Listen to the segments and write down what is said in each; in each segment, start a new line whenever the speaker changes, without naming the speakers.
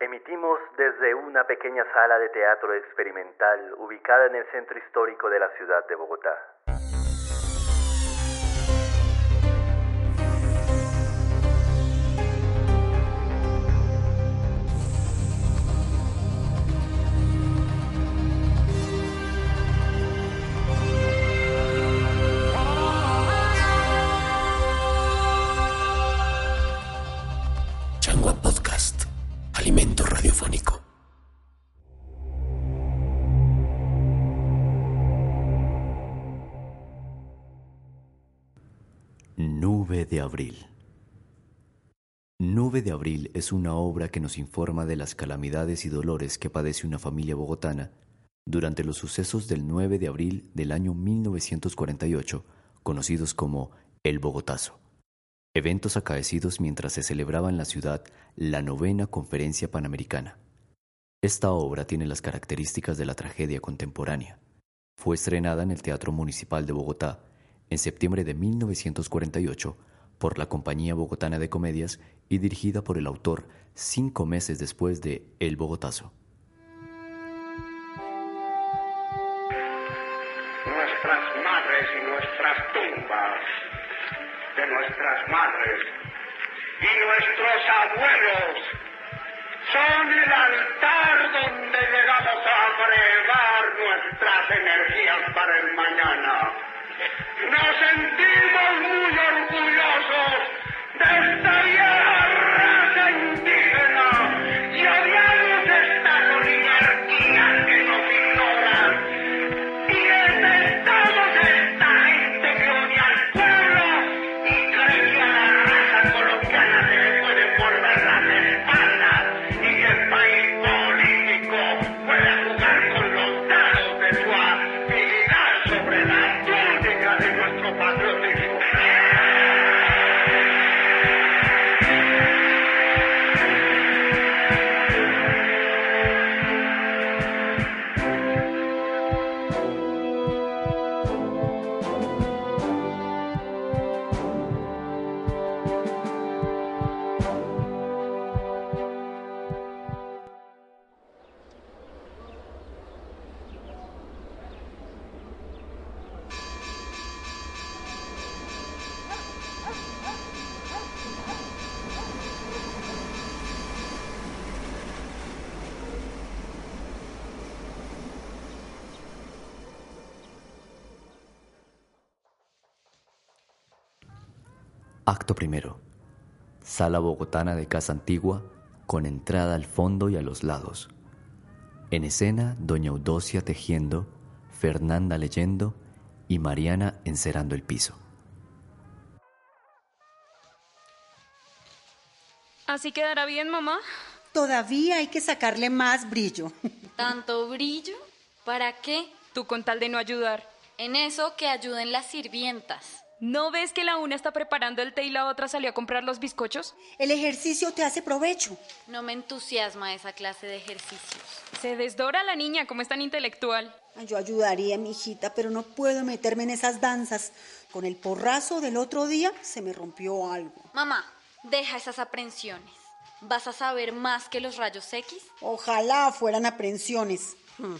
Emitimos desde una pequeña sala de teatro experimental ubicada en el centro histórico de la ciudad de Bogotá.
Changua Podcast. Alimento radiofónico.
Nube de Abril. Nube de Abril es una obra que nos informa de las calamidades y dolores que padece una familia bogotana durante los sucesos del 9 de abril del año 1948, conocidos como el Bogotazo. Eventos acaecidos mientras se celebraba en la ciudad la novena conferencia panamericana. Esta obra tiene las características de la tragedia contemporánea. Fue estrenada en el Teatro Municipal de Bogotá en septiembre de 1948 por la Compañía Bogotana de Comedias y dirigida por el autor cinco meses después de El Bogotazo.
nuestras madres y nuestras tumbas de nuestras madres y nuestros abuelos son el altar donde llegamos a brevar nuestras energías para el mañana. Nos sentimos muy orgullosos de esta vieja raza indígena y odiamos estas oligarquías que nos ignoran y enfrentamos a esta gente que odia al pueblo y cree que a la raza colombiana se le pueden volver las espaldas y que el país político puede jugar con los dados de su habilidad sobre la túnica de nuestro patriotismo.
Acto primero. Sala bogotana de Casa Antigua, con entrada al fondo y a los lados. En escena, Doña Eudocia tejiendo, Fernanda leyendo y Mariana encerando el piso.
¿Así quedará bien, mamá?
Todavía hay que sacarle más brillo.
¿Tanto brillo? ¿Para qué?
Tú con tal de no ayudar.
En eso que ayuden las sirvientas.
¿No ves que la una está preparando el té y la otra salió a comprar los bizcochos?
El ejercicio te hace provecho.
No me entusiasma esa clase de ejercicios.
Se desdora la niña, como es tan intelectual.
Ay, Yo ayudaría a mi hijita, pero no puedo meterme en esas danzas. Con el porrazo del otro día se me rompió algo.
Mamá, deja esas aprensiones. ¿Vas a saber más que los rayos X?
Ojalá fueran aprensiones. Hmm.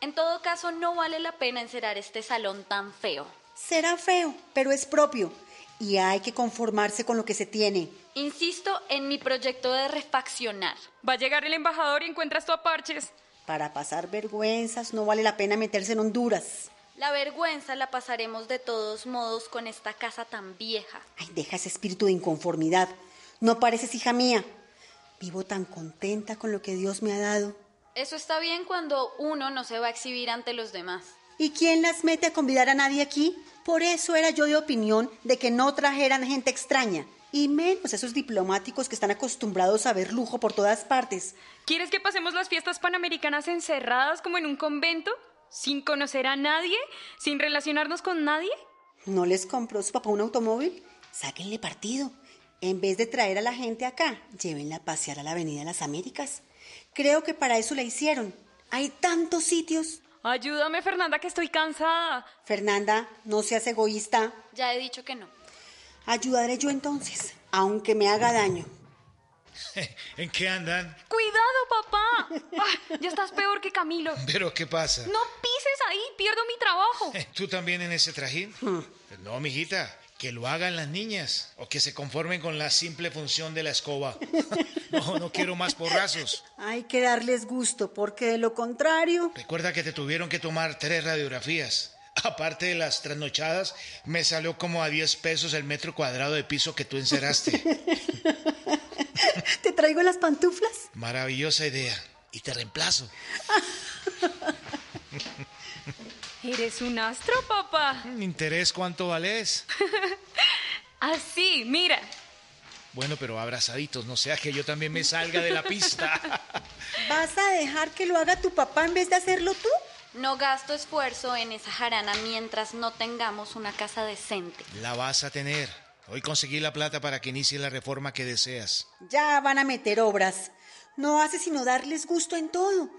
En todo caso, no vale la pena encerar este salón tan feo.
Será feo, pero es propio. Y hay que conformarse con lo que se tiene.
Insisto en mi proyecto de refaccionar.
Va a llegar el embajador y encuentras tú a Parches.
Para pasar vergüenzas no vale la pena meterse en Honduras.
La vergüenza la pasaremos de todos modos con esta casa tan vieja.
Ay, deja ese espíritu de inconformidad. No pareces hija mía. Vivo tan contenta con lo que Dios me ha dado.
Eso está bien cuando uno no se va a exhibir ante los demás.
¿Y quién las mete a convidar a nadie aquí? Por eso era yo de opinión de que no trajeran gente extraña, y menos esos diplomáticos que están acostumbrados a ver lujo por todas partes.
¿Quieres que pasemos las fiestas panamericanas encerradas como en un convento? ¿Sin conocer a nadie? ¿Sin relacionarnos con nadie?
¿No les compró su papá un automóvil? Sáquenle partido. En vez de traer a la gente acá, llévenla a pasear a la Avenida de las Américas. Creo que para eso la hicieron. Hay tantos sitios.
Ayúdame, Fernanda, que estoy cansada.
Fernanda, no seas egoísta.
Ya he dicho que no.
Ayudaré yo entonces, aunque me haga daño.
¿En qué andan?
Cuidado, Ah, ya estás peor que Camilo.
Pero ¿qué pasa?
No pises ahí, pierdo mi trabajo.
¿Tú también en ese trajín? Pues No, mijita. Que lo hagan las niñas o que se conformen con la simple función de la escoba. No, no quiero más porrazos.
Hay que darles gusto, porque de lo contrario...
Recuerda que te tuvieron que tomar tres radiografías. Aparte de las trasnochadas, me salió como a 10 pesos el metro cuadrado de piso que tú enceraste.
¿Te traigo las pantuflas?
Maravillosa idea. Y te reemplazo.
Eres un astro, papá.
Mm, Interés, ¿cuánto vales?
Así, mira.
Bueno, pero abrazaditos, no sea que yo también me salga de la pista.
¿Vas a dejar que lo haga tu papá en vez de hacerlo tú?
No gasto esfuerzo en esa jarana mientras no tengamos una casa decente.
La vas a tener. Hoy conseguí la plata para que inicie la reforma que deseas.
Ya van a meter obras. No hace sino darles gusto en todo.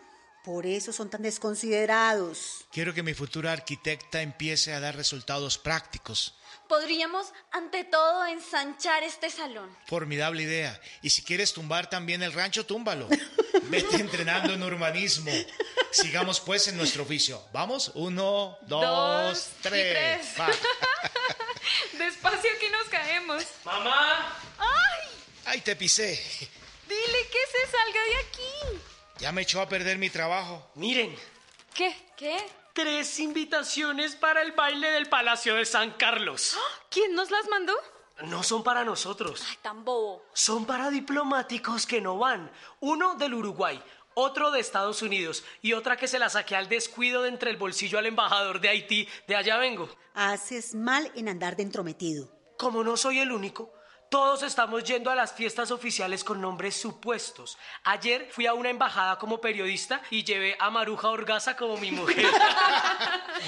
Por eso son tan desconsiderados.
Quiero que mi futura arquitecta empiece a dar resultados prácticos.
Podríamos, ante todo, ensanchar este salón.
Formidable idea. Y si quieres tumbar también el rancho, túmbalo. Vete entrenando en urbanismo. Sigamos pues en nuestro oficio. Vamos, uno, dos,
Dos y
tres.
tres.
Va.
Despacio que nos caemos.
Mamá,
¡Ay!
Ay, te pisé.
Dile que se salga de aquí.
Ya me echó a perder mi trabajo.
miren,
¿Qué? ¿Qué?
tres invitaciones para el baile del Palacio de San Carlos.
¿Quién nos las mandó?
No son para nosotros,
Ay, tan bobo.
son para diplomáticos que no van. Uno del Uruguay, otro de Estados Unidos y otra que se la saqué al descuido de entre el bolsillo al embajador de Haití. De allá vengo.
Haces mal en andar de entrometido.
Como no soy el único, todos estamos yendo a las fiestas oficiales con nombres supuestos. Ayer fui a una embajada como periodista y llevé a Maruja Orgaza como mi mujer.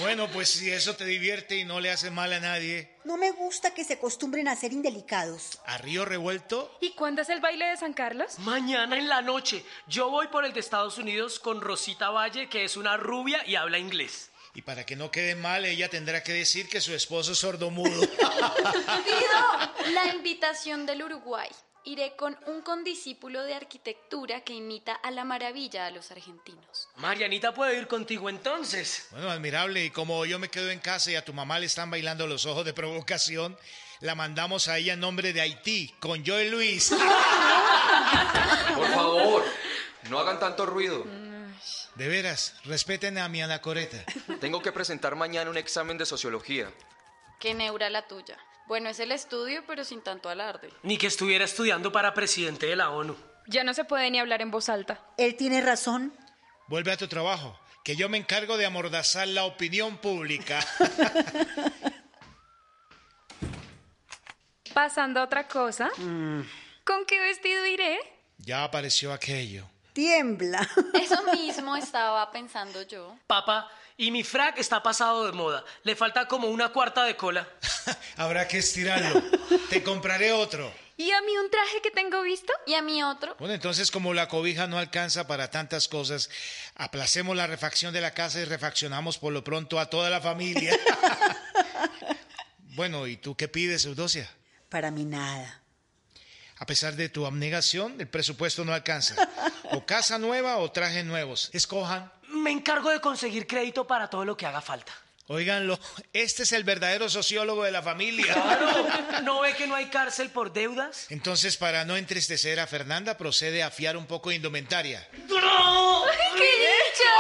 Bueno, pues si eso te divierte y no le hace mal a nadie,
No me gusta que se acostumbren a ser indelicados.
a río revuelto,
¿Y cuándo es el baile de San Carlos?
Mañana en la noche, yo voy por el de Estados Unidos con Rosita Valle, que es una rubia y habla inglés.
y para que no quede mal, ella tendrá que decir que su esposo es sordomudo.
Pido la invitación del Uruguay. Iré con un condiscípulo de arquitectura que imita a la maravilla a los argentinos.
Marianita puede ir contigo entonces.
Bueno, admirable. Y como yo me quedo en casa y a tu mamá le están bailando los ojos de provocación, la mandamos a ella en nombre de Haití, con Joe Luis.
Por favor, no hagan tanto ruido.
De veras, respeten a mi anacoreta.
Tengo que presentar mañana un examen de sociología.
Qué neura la tuya. Bueno, es el estudio, pero sin tanto alarde.
Ni que estuviera estudiando para presidente de la ONU.
Ya no se puede ni hablar en voz alta.
Él tiene razón.
Vuelve a tu trabajo, que yo me encargo de amordazar la opinión pública.
Pasando a otra cosa.
Mm.
¿Con qué vestido iré?
ya apareció aquello.
Tiembla.
Eso mismo estaba pensando yo.
Papá, y mi frac está pasado de moda. Le falta como una cuarta de cola.
Habrá que estirarlo. Te compraré otro.
¿Y a mí un traje que tengo visto?
Y a mi otro,
Bueno, entonces como la cobija no alcanza para tantas cosas, aplacemos la refacción de la casa y refaccionamos por lo pronto a toda la familia. bueno, ¿y tú qué pides, Eudocia?
Para mí nada.
A pesar de tu abnegación, el presupuesto no alcanza. O casa nueva o trajes nuevos. Escojan.
Me encargo de conseguir crédito para todo lo que haga falta.
Óiganlo, este es el verdadero sociólogo de la familia.
Claro, ¿no ve que no hay cárcel por deudas?
Entonces, para no entristecer a Fernanda, procede a fiar un poco de indumentaria.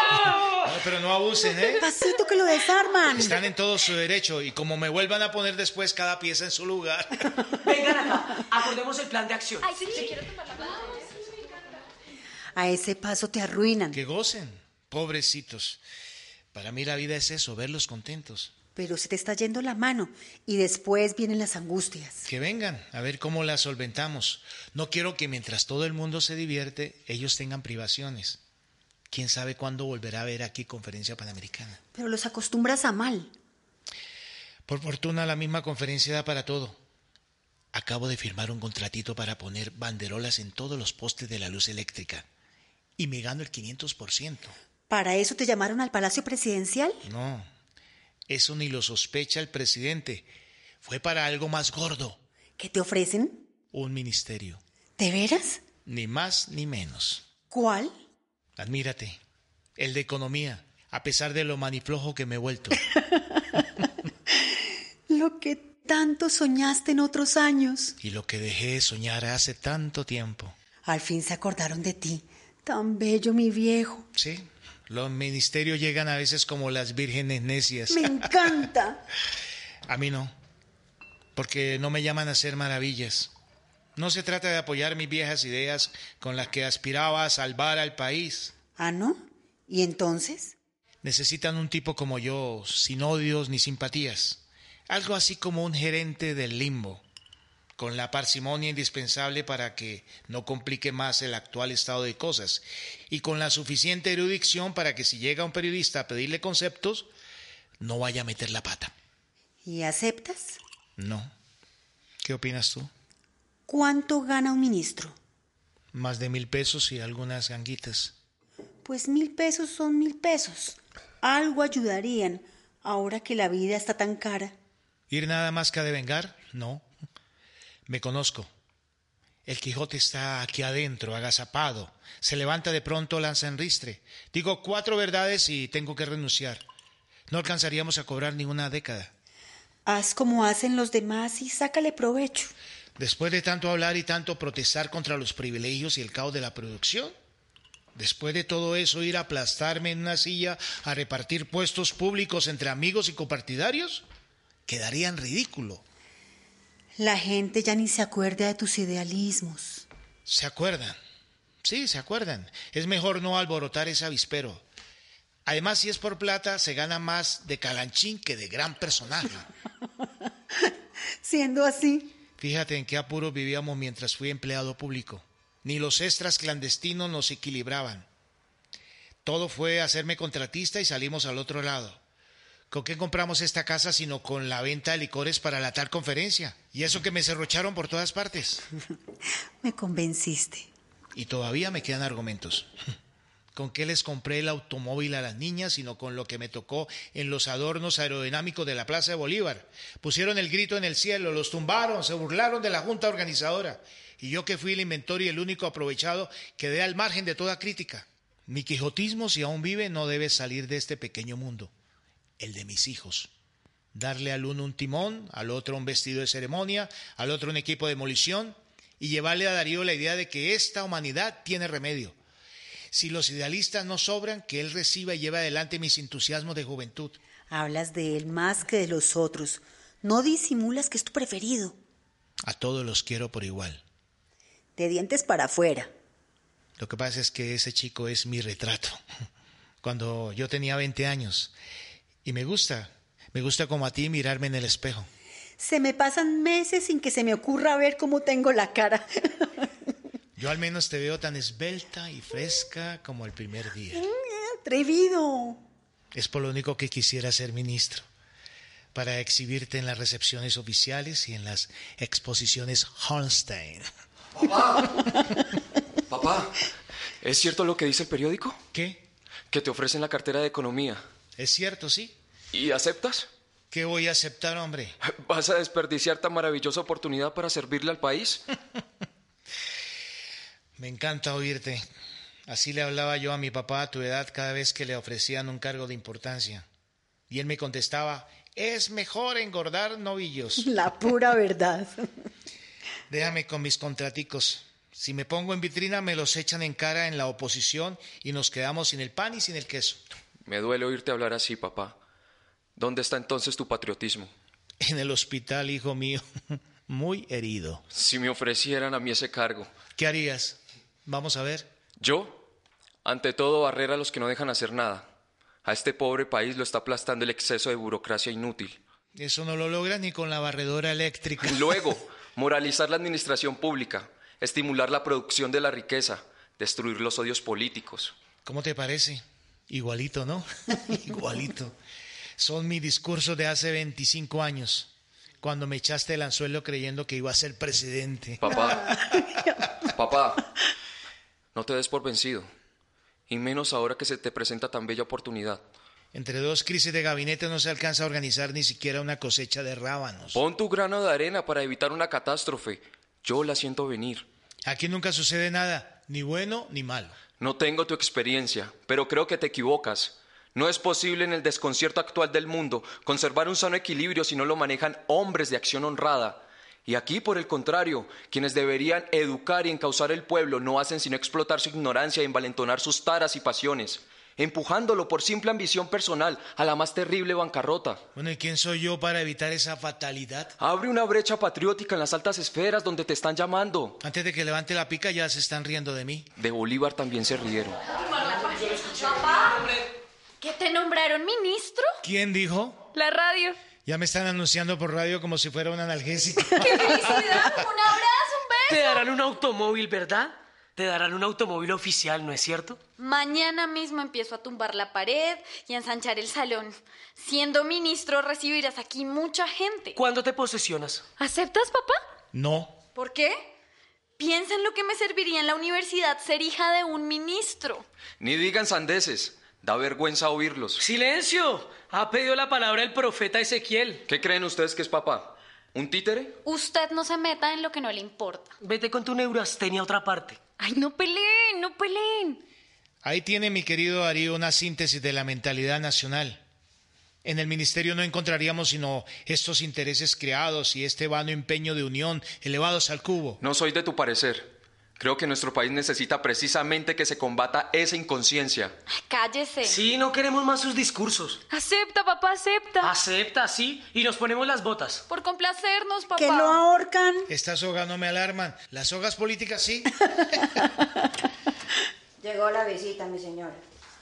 ¡Ah!
No, pero no abusen, ¿eh?
Pasito que lo desarman.
Están en todo su derecho y como me vuelvan a poner después cada pieza en su lugar.
Vengan acá, acordemos el plan de acción.
Ay, sí, quiero tomar la
A ese paso te arruinan.
Que gocen, pobrecitos. Para mí la vida es eso, verlos contentos.
Pero se te está yendo la mano y después vienen las angustias.
Que vengan, a ver cómo la solventamos. No quiero que mientras todo el mundo se divierte, ellos tengan privaciones. ¿Quién sabe cuándo volverá a ver aquí conferencia panamericana?
Pero los acostumbras a mal.
Por fortuna la misma conferencia da para todo. Acabo de firmar un contratito para poner banderolas en todos los postes de la luz eléctrica. Y me gano el 500%.
¿Para eso te llamaron al Palacio Presidencial?
No, eso ni lo sospecha el presidente. Fue para algo más gordo.
¿Qué te ofrecen?
Un ministerio.
¿De veras?
Ni más ni menos.
¿Cuál?
Admírate. El de economía, a pesar de lo maniflojo que me he vuelto.
Lo que tanto soñaste en otros años.
Y lo que dejé de soñar hace tanto tiempo.
Al fin se acordaron de ti. Tan bello, mi viejo.
Sí, los ministerios llegan a veces como las vírgenes necias.
Me encanta.
A mí no. Porque no me llaman a hacer maravillas. No se trata de apoyar mis viejas ideas con las que aspiraba a salvar al país.
¿Ah, no? ¿Y entonces?
Necesitan un tipo como yo, sin odios ni simpatías. Algo así como un gerente del limbo, con la parsimonia indispensable para que no complique más el actual estado de cosas, y con la suficiente erudición para que si llega un periodista a pedirle conceptos, no vaya a meter la pata.
¿Y aceptas?
No. ¿Qué opinas tú?
¿Cuánto gana un ministro?
Más de mil pesos y algunas ganguitas.
Pues mil pesos son mil pesos. Algo ayudarían ahora que la vida está tan cara.
¿Ir nada más que a devengar? No. Me conozco. El Quijote está aquí adentro, agazapado. Se levanta de pronto, lanza en ristre. Digo cuatro verdades y tengo que renunciar. No alcanzaríamos a cobrar ninguna década.
Haz como hacen los demás y sácale provecho.
Después de tanto hablar y tanto protestar contra los privilegios y el caos de la producción, Después de todo eso, ir a aplastarme en una silla a repartir puestos públicos entre amigos y copartidarios, quedaría en ridículo.
La gente ya ni se acuerda de tus idealismos.
¿Se acuerdan? Sí, se acuerdan. Es mejor no alborotar ese avispero. Además, si es por plata, se gana más de calanchín que de gran personaje.
Siendo así.
Fíjate en qué apuros vivíamos mientras fui empleado público ni los extras clandestinos nos equilibraban. Todo fue hacerme contratista y salimos al otro lado. ¿Con qué compramos esta casa sino con la venta de licores para la tal conferencia? Y eso que me cerrocharon por todas partes.
me convenciste.
Y todavía me quedan argumentos. ¿Con qué les compré el automóvil a las niñas sino con lo que me tocó en los adornos aerodinámicos de la Plaza de Bolívar? Pusieron el grito en el cielo, los tumbaron, se burlaron de la junta organizadora y yo que fui el inventor y el único aprovechado, quedé al margen de toda crítica. Mi quijotismo, si aún vive, no debe salir de este pequeño mundo, el de mis hijos. Darle al uno un timón, al otro un vestido de ceremonia, al otro un equipo de demolición y llevarle a Darío la idea de que esta humanidad tiene remedio. Si los idealistas no sobran, que él reciba y lleve adelante mis entusiasmos de juventud.
Hablas de él más que de los otros. No disimulas que es tu preferido.
A todos los quiero por igual
de dientes para afuera.
Lo que pasa es que ese chico es mi retrato. Cuando yo tenía 20 años. Y me gusta, me gusta como a ti mirarme en el espejo.
Se me pasan meses sin que se me ocurra ver cómo tengo la cara.
Yo al menos te veo tan esbelta y fresca como el primer día.
Atrevido.
Es por lo único que quisiera ser ministro, para exhibirte en las recepciones oficiales y en las exposiciones Hornstein.
Papá. Papá, ¿es cierto lo que dice el periódico?
¿Qué?
Que te ofrecen la cartera de economía.
Es cierto, sí.
¿Y aceptas?
¿Qué voy a aceptar, hombre?
¿Vas a desperdiciar tan maravillosa oportunidad para servirle al país?
Me encanta oírte. Así le hablaba yo a mi papá a tu edad cada vez que le ofrecían un cargo de importancia. Y él me contestaba, es mejor engordar novillos.
La pura verdad.
Déjame con mis contraticos. Si me pongo en vitrina, me los echan en cara en la oposición y nos quedamos sin el pan y sin el queso.
Me duele oírte hablar así, papá. ¿Dónde está entonces tu patriotismo?
En el hospital, hijo mío. Muy herido.
Si me ofrecieran a mí ese cargo.
¿Qué harías? Vamos a ver.
¿Yo? Ante todo, barrer a los que no dejan hacer nada. A este pobre país lo está aplastando el exceso de burocracia inútil.
Eso no lo logras ni con la barredora eléctrica.
Luego, moralizar la administración pública, estimular la producción de la riqueza, destruir los odios políticos.
¿Cómo te parece? Igualito, ¿no? Igualito. Son mis discursos de hace 25 años, cuando me echaste el anzuelo creyendo que iba a ser presidente.
Papá, papá, no te des por vencido, y menos ahora que se te presenta tan bella oportunidad.
Entre dos crisis de gabinete no se alcanza a organizar ni siquiera una cosecha de rábanos.
Pon tu grano de arena para evitar una catástrofe. Yo la siento venir.
Aquí nunca sucede nada, ni bueno ni malo.
No tengo tu experiencia, pero creo que te equivocas. No es posible en el desconcierto actual del mundo conservar un sano equilibrio si no lo manejan hombres de acción honrada. Y aquí, por el contrario, quienes deberían educar y encauzar el pueblo no hacen sino explotar su ignorancia y envalentonar sus taras y pasiones, empujándolo por simple ambición personal a la más terrible bancarrota.
Bueno, ¿y quién soy yo para evitar esa fatalidad?
Abre una brecha patriótica en las altas esferas donde te están llamando.
Antes de que levante la pica ya se están riendo de mí.
De Bolívar también se rieron.
¿Papá? ¿Que te nombraron ministro?
¿Quién dijo?
La radio.
Ya me están anunciando por radio como si fuera un analgésico.
¡Qué felicidad! ¡Un abrazo, un
Te
beso!
darán un automóvil, ¿verdad? Te darán un automóvil oficial, ¿no es cierto?
Mañana mismo empiezo a tumbar la pared y a ensanchar el salón. Siendo ministro recibirás aquí mucha gente.
¿Cuándo te posesionas?
¿Aceptas, papá?
No.
¿Por qué? Piensa en lo que me serviría en la universidad ser hija de un ministro.
Ni digan sandeces, da vergüenza oírlos.
¡Silencio! Ha pedido la palabra el profeta Ezequiel.
¿Qué creen ustedes que es papá? ¿Un títere?
Usted no se meta en lo que no le importa.
Vete con tu neurastenia a otra parte.
Ay, no peleen, no peleen.
Ahí tiene mi querido Darío una síntesis de la mentalidad nacional. En el ministerio no encontraríamos sino estos intereses creados y este vano empeño de unión elevados al cubo.
No soy de tu parecer. Creo que nuestro país necesita precisamente que se combata esa inconsciencia.
Ay, Cállese.
Sí, no queremos más sus discursos.
Acepta, papá, acepta.
Acepta, sí, y nos ponemos las botas.
Por complacernos, papá.
Que lo ahorcan.
Estas sogas no me alarman. Las sogas políticas sí.
Llegó la visita, mi señora.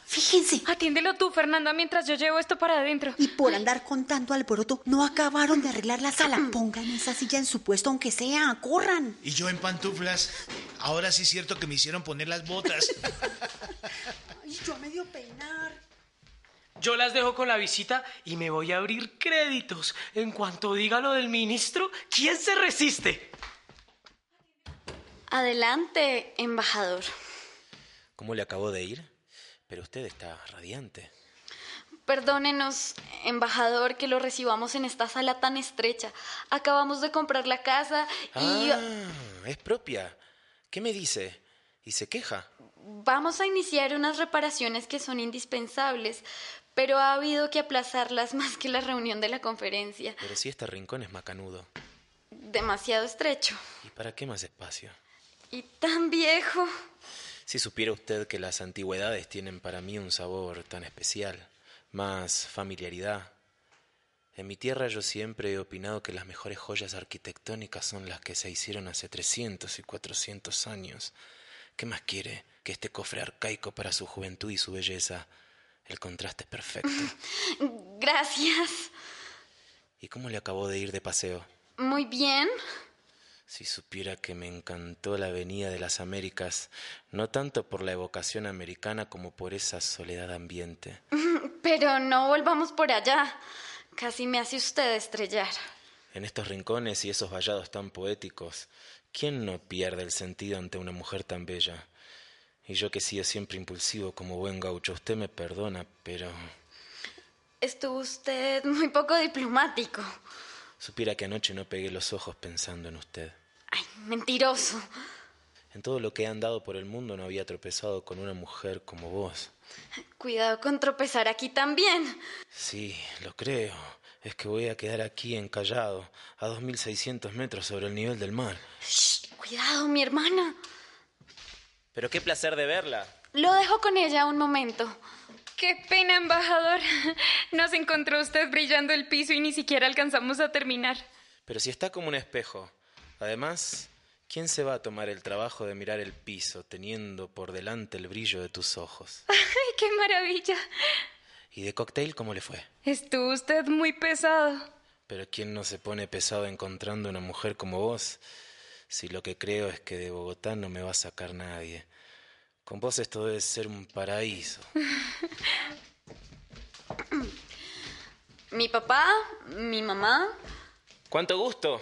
Fíjense.
Atiéndelo tú, Fernanda, mientras yo llevo esto para adentro.
Y por andar contando alboroto, no acabaron de arreglar la sala. Pongan esa silla en su puesto, aunque sea. Corran.
Y yo en pantuflas. Ahora sí es cierto que me hicieron poner las botas.
Ay, yo a medio peinar.
Yo las dejo con la visita y me voy a abrir créditos. En cuanto diga lo del ministro, ¿quién se resiste?
Adelante, embajador.
¿Cómo le acabó de ir? Pero usted está radiante.
Perdónenos, embajador, que lo recibamos en esta sala tan estrecha. Acabamos de comprar la casa y
Ah, es propia. ¿Qué me dice? ¿Y se queja?
vamos a iniciar unas reparaciones que son indispensables, pero ha habido que aplazarlas más que la reunión de la conferencia.
Pero si este rincón es macanudo.
Demasiado estrecho
¿Y para qué más espacio?
y tan viejo.
Si supiera usted que las antigüedades tienen para mí un sabor tan especial, más familiaridad. En mi tierra yo siempre he opinado que las mejores joyas arquitectónicas son las que se hicieron hace 300 y 400 años. ¿Qué más quiere que este cofre arcaico para su juventud y su belleza? El contraste es perfecto.
Gracias.
¿Y cómo le acabó de ir de paseo?
Muy bien.
Si supiera que me encantó la Avenida de las Américas, no tanto por la evocación americana como por esa soledad ambiente.
Pero no volvamos por allá. Casi me hace usted estrellar.
En estos rincones y esos vallados tan poéticos, ¿quién no pierde el sentido ante una mujer tan bella? Y yo que he sido siempre impulsivo como buen gaucho, usted me perdona, pero
Estuvo usted muy poco diplomático.
supiera que anoche no pegué los ojos pensando en usted.
Ay, mentiroso.
En todo lo que he andado por el mundo no había tropezado con una mujer como vos.
Cuidado con tropezar aquí también.
Sí, lo creo. Es que voy a quedar aquí encallado, a 2600 metros sobre el nivel del mar.
Shh, cuidado, mi hermana.
Pero qué placer de verla.
Lo dejo con ella un momento.
Qué pena, embajador. Nos encontró usted brillando el piso y ni siquiera alcanzamos a terminar.
Pero si está como un espejo. Además, ¿quién se va a tomar el trabajo de mirar el piso teniendo por delante el brillo de tus ojos?
Ay, qué maravilla.
¿Y de cóctel cómo le fue?
Estuvo usted muy pesado.
Pero ¿quién no se pone pesado encontrando una mujer como vos? Si lo que creo es que de Bogotá no me va a sacar nadie. Con vos esto debe ser un paraíso.
Mi papá, mi mamá.
Cuánto gusto.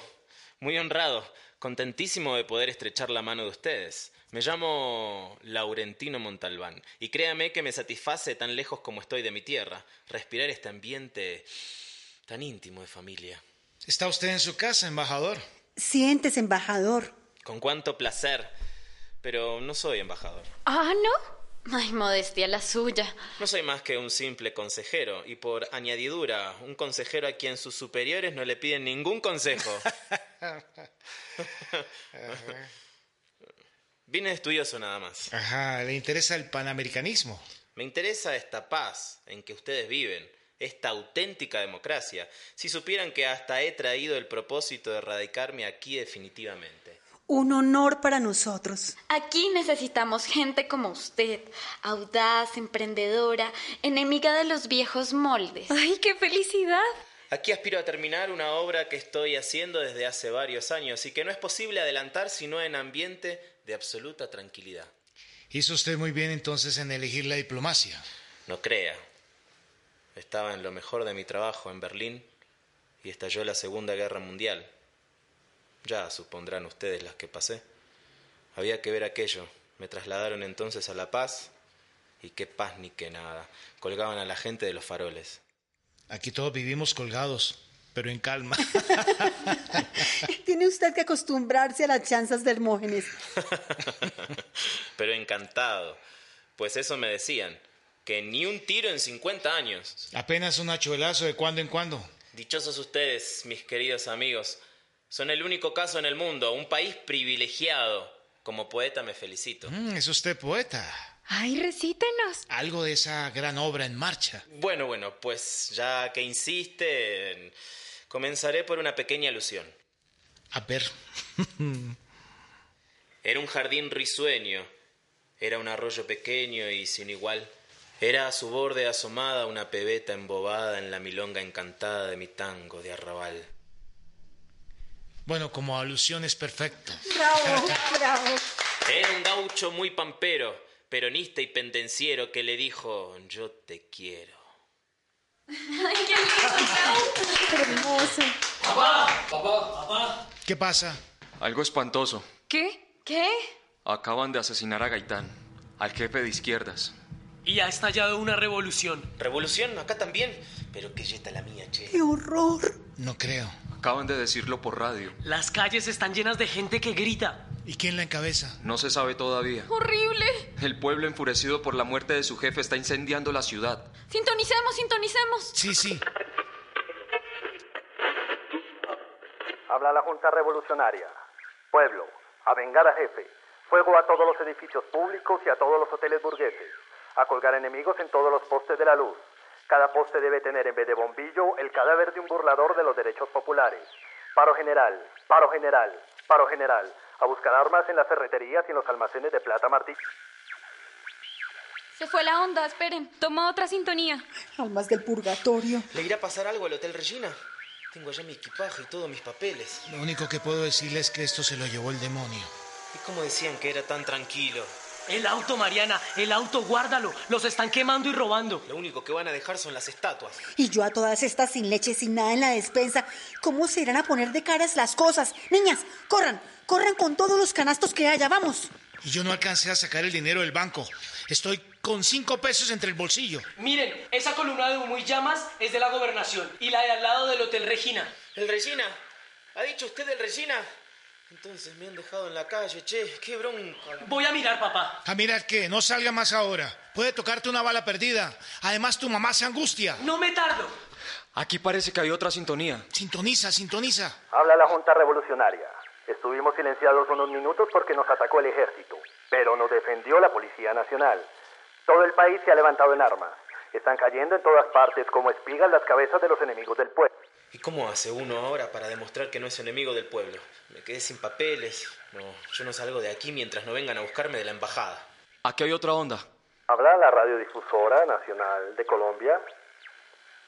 Muy honrado. Contentísimo de poder estrechar la mano de ustedes. Me llamo Laurentino Montalbán y créame que me satisface tan lejos como estoy de mi tierra respirar este ambiente tan íntimo de familia.
Está usted en su casa, embajador.
Sientes, embajador.
Con cuánto placer. Pero no soy embajador.
Ah, ¿no?
Ay, modestia la suya.
No soy más que un simple consejero y por añadidura, un consejero a quien sus superiores no le piden ningún consejo.
Ajá.
Vine de estudioso nada más.
Ajá, le interesa el panamericanismo.
Me interesa esta paz en que ustedes viven, esta auténtica democracia. Si supieran que hasta he traído el propósito de erradicarme aquí definitivamente.
Un honor para nosotros.
Aquí necesitamos gente como usted, audaz, emprendedora, enemiga de los viejos moldes.
¡Ay, qué felicidad!
Aquí aspiro a terminar una obra que estoy haciendo desde hace varios años y que no es posible adelantar sino en ambiente de absoluta tranquilidad.
Hizo usted muy bien entonces en elegir la diplomacia.
No crea. Estaba en lo mejor de mi trabajo en Berlín y estalló la Segunda Guerra Mundial. Ya supondrán ustedes las que pasé. Había que ver aquello. Me trasladaron entonces a La Paz y qué paz ni qué nada. Colgaban a la gente de los faroles.
Aquí todos vivimos colgados, pero en calma.
Tiene usted que acostumbrarse a las chanzas de Hermógenes.
Pero encantado. Pues eso me decían. Que ni un tiro en 50 años.
Apenas un achuelazo de cuando en cuando.
Dichosos ustedes, mis queridos amigos. Son el único caso en el mundo, un país privilegiado. Como poeta me felicito.
Mm, es usted poeta.
¡Ay, recítenos!
Algo de esa gran obra en marcha.
Bueno, bueno, pues ya que insisten, comenzaré por una pequeña alusión.
A ver.
Era un jardín risueño, era un arroyo pequeño y sin igual. Era a su borde asomada una pebeta embobada en la milonga encantada de mi tango de arrabal.
Bueno, como alusión es perfecto.
Bravo, bravo.
Era un gaucho muy pampero, peronista y pendenciero que le dijo, yo te quiero.
¡Ay, qué lindo!
Hermoso.
Papá, papá, papá.
¿Qué pasa?
Algo espantoso.
¿Qué? ¿Qué?
Acaban de asesinar a Gaitán, al jefe de izquierdas.
Y ha estallado una revolución.
¿Revolución? Acá también. Pero qué yeta la mía, che.
¡Qué horror!
No creo.
Acaban de decirlo por radio.
Las calles están llenas de gente que grita.
¿Y quién la encabeza?
No se sabe todavía.
¡Horrible!
El pueblo enfurecido por la muerte de su jefe está incendiando la ciudad.
Sintonicemos, sintonicemos.
Sí, sí.
Habla la Junta Revolucionaria. Pueblo, a vengar a jefe. Fuego a todos los edificios públicos y a todos los hoteles burgueses. A colgar enemigos en todos los postes de la luz. Cada poste debe tener en vez de bombillo el cadáver de un burlador de los derechos populares. Paro general, paro general, paro general. A buscar armas en las ferreterías y en los almacenes de plata martí.
Se fue la onda, esperen.
Toma otra sintonía.
Almas del purgatorio.
¿Le irá a pasar algo al Hotel Regina? Tengo allá mi equipaje y todos mis papeles.
Lo único que puedo decirle es que esto se lo llevó el demonio.
¿Y cómo decían que era tan tranquilo?
El auto, Mariana, el auto, guárdalo. Los están quemando y robando.
Lo único que van a dejar son las estatuas.
Y yo a todas estas sin leche, sin nada en la despensa. ¿Cómo se irán a poner de caras las cosas? Niñas, corran, corran con todos los canastos que haya, vamos.
Y yo no alcancé a sacar el dinero del banco. Estoy con cinco pesos entre el bolsillo.
Miren, esa columna de humo y llamas es de la gobernación y la de al lado del Hotel Regina.
¿El Regina? ¿Ha dicho usted el Regina? Entonces me han dejado en la calle, che, qué bronca.
Voy a mirar, papá.
A mirar que no salga más ahora. Puede tocarte una bala perdida. Además, tu mamá se angustia.
No me tardo.
Aquí parece que hay otra sintonía.
Sintoniza, sintoniza.
Habla la Junta Revolucionaria. Estuvimos silenciados unos minutos porque nos atacó el ejército, pero nos defendió la Policía Nacional. Todo el país se ha levantado en armas. Están cayendo en todas partes como espigas las cabezas de los enemigos del pueblo.
¿Y cómo hace uno ahora para demostrar que no es enemigo del pueblo? Me quedé sin papeles. No, yo no salgo de aquí mientras no vengan a buscarme de la embajada.
Aquí hay otra onda.
Habla la Radiodifusora Nacional de Colombia.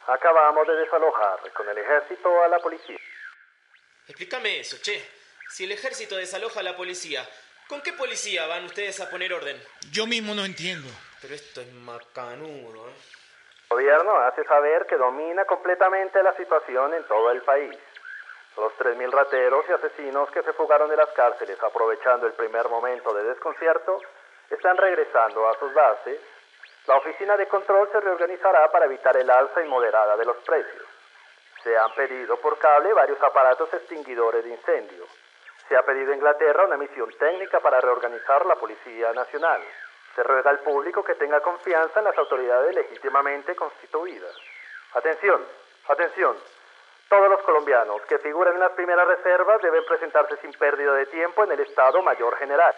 Acabamos de desalojar con el ejército a la policía.
Explícame eso, che. Si el ejército desaloja a la policía, ¿con qué policía van ustedes a poner orden?
Yo mismo no entiendo.
Pero esto es macanudo, ¿eh?
El gobierno hace saber que domina completamente la situación en todo el país. Los 3.000 rateros y asesinos que se fugaron de las cárceles aprovechando el primer momento de desconcierto están regresando a sus bases. La oficina de control se reorganizará para evitar el alza inmoderada de los precios. Se han pedido por cable varios aparatos extinguidores de incendio. Se ha pedido a Inglaterra una misión técnica para reorganizar la Policía Nacional. Se ruega al público que tenga confianza en las autoridades legítimamente constituidas. Atención, atención. Todos los colombianos que figuran en las primeras reservas deben presentarse sin pérdida de tiempo en el Estado Mayor General.